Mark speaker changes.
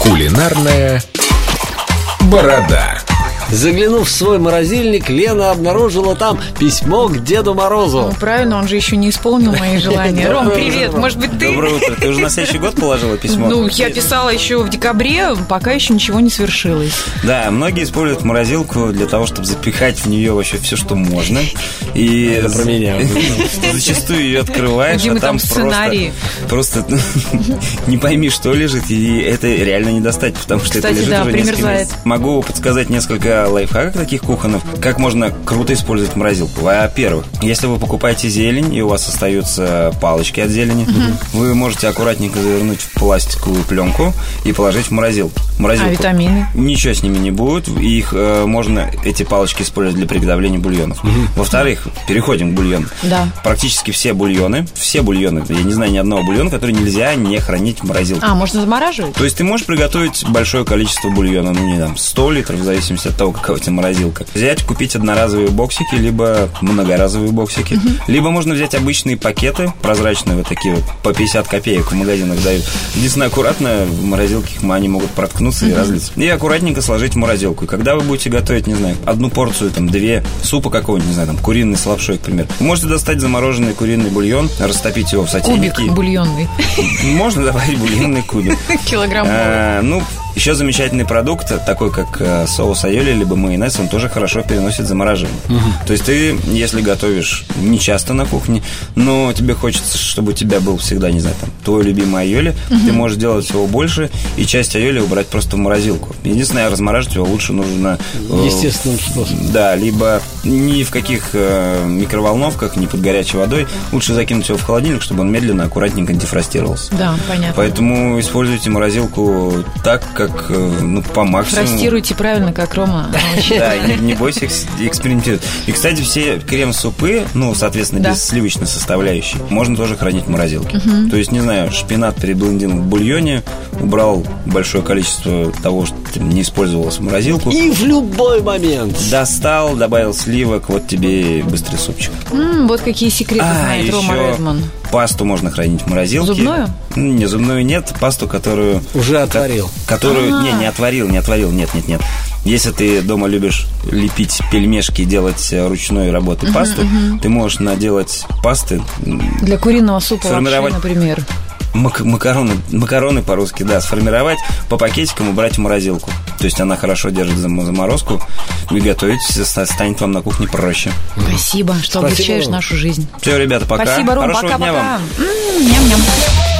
Speaker 1: Кулинарная борода.
Speaker 2: Заглянув в свой морозильник, Лена обнаружила там письмо к Деду
Speaker 3: Ну,
Speaker 2: Морозу.
Speaker 3: правильно, он же еще не исполнил мои желания. Ром,
Speaker 2: Доброе
Speaker 3: привет,
Speaker 2: утро.
Speaker 3: может быть, ты?
Speaker 4: Доброе утро. Ты уже на следующий год положила письмо?
Speaker 3: Ну, я писала еще в декабре, пока еще ничего не свершилось.
Speaker 4: Да, многие используют морозилку для того, чтобы запихать в нее вообще все, что можно. И
Speaker 2: Это про меня.
Speaker 4: Зачастую ее открываешь,
Speaker 3: Дима,
Speaker 4: а
Speaker 3: там
Speaker 4: там
Speaker 3: сценарии.
Speaker 4: просто просто не пойми, что лежит, и это реально не достать, потому что это
Speaker 3: Кстати,
Speaker 4: лежит
Speaker 3: да,
Speaker 4: уже несколько
Speaker 3: примерзает.
Speaker 4: месяцев. Могу подсказать несколько лайфхаков таких кухонных, как можно круто использовать морозилку. Во-первых, если вы покупаете зелень, и у вас остаются палочки от зелени, вы можете аккуратненько завернуть в пластиковую пленку и положить в морозилку. морозилку.
Speaker 3: А витамины?
Speaker 4: Ничего с ними не будет. Их э, можно эти палочки использовать для приготовления бульонов. Во-вторых, переходим к бульону.
Speaker 3: Да.
Speaker 4: Практически все бульоны, все бульоны, я не знаю ни одного бульона, который нельзя не хранить в морозилке.
Speaker 3: А, можно замораживать?
Speaker 4: То есть ты можешь приготовить большое количество бульона, ну не там 100 литров, в зависимости от того, какая у тебя морозилка. Взять, купить одноразовые боксики, либо многоразовые боксики. Либо можно взять обычные пакеты, прозрачные вот такие вот, по 50 копеек в магазинах дают. Единственное, аккуратно, в морозилке их они могут проткнуться и разлиться. И аккуратненько сложить в морозилку. И когда вы будете готовить, не знаю, одну порцию, там, две супа какого-нибудь, не знаю, там, куриный с лапшой, к примеру, вы можете достать замороженный куриный бульон, растопить его в
Speaker 3: Кубик
Speaker 4: сотейнике.
Speaker 3: бульонный,
Speaker 4: Можно добавить бульонный кубик.
Speaker 3: килограмм.
Speaker 4: А, ну, еще замечательный продукт, такой как э, соус айоли, либо майонез, он тоже хорошо переносит замораживание. То есть ты, если готовишь не часто на кухне, но тебе хочется, чтобы у тебя был всегда, не знаю, там, твой любимый айоли, ты можешь делать его больше и часть айоли убрать просто в морозилку. Единственное, размораживать его лучше нужно... э,
Speaker 2: Естественным способом.
Speaker 4: да, либо ни в каких э, микроволновках, ни под горячей водой. Лучше закинуть его в холодильник, чтобы он медленно, аккуратненько дефростировался.
Speaker 3: Да, понятно.
Speaker 4: Поэтому используйте морозилку так, как э, ну, по максимуму.
Speaker 3: Фростируйте правильно, как Рома научил.
Speaker 4: Да, и не, не бойся экс- экспериментировать. И, кстати, все крем-супы, ну, соответственно,
Speaker 3: Да.
Speaker 4: без сливочной составляющей, можно тоже хранить в морозилке. То есть, не знаю, шпинат переблендил в бульоне, убрал большое количество того, что не использовалось в морозилку,
Speaker 2: И в любой момент.
Speaker 4: достал, добавил сливок, вот тебе и быстрый супчик.
Speaker 3: М, Вот какие секреты
Speaker 4: А,
Speaker 3: знает Рома
Speaker 4: еще
Speaker 3: Редман.
Speaker 4: пасту можно хранить в морозилке.
Speaker 3: Зубную?
Speaker 4: М, Не, зубную нет, пасту, которую...
Speaker 2: Уже
Speaker 4: ко-
Speaker 2: отварил.
Speaker 4: Которую... Не, не отварил, не отварил, нет, нет, нет. Если ты дома любишь лепить пельмешки, делать э, ручной работы пасту, ты можешь наделать пасты, м,
Speaker 3: Для куриного супа вообще,
Speaker 4: Сформировать-
Speaker 3: например.
Speaker 4: мак- макароны, макароны по-русски, да, сформировать, по пакетикам убрать в морозилку. То есть она хорошо держит зам- заморозку, и готовить ста- станет вам на кухне проще.
Speaker 3: Спасибо, что
Speaker 2: Спасибо,
Speaker 3: облегчаешь
Speaker 2: Рома.
Speaker 3: нашу жизнь.
Speaker 4: Все, ребята, пока.
Speaker 3: Спасибо, Ром,
Speaker 4: Хорошего дня
Speaker 3: пока-пока.
Speaker 4: вам.
Speaker 3: М, Ням-ням.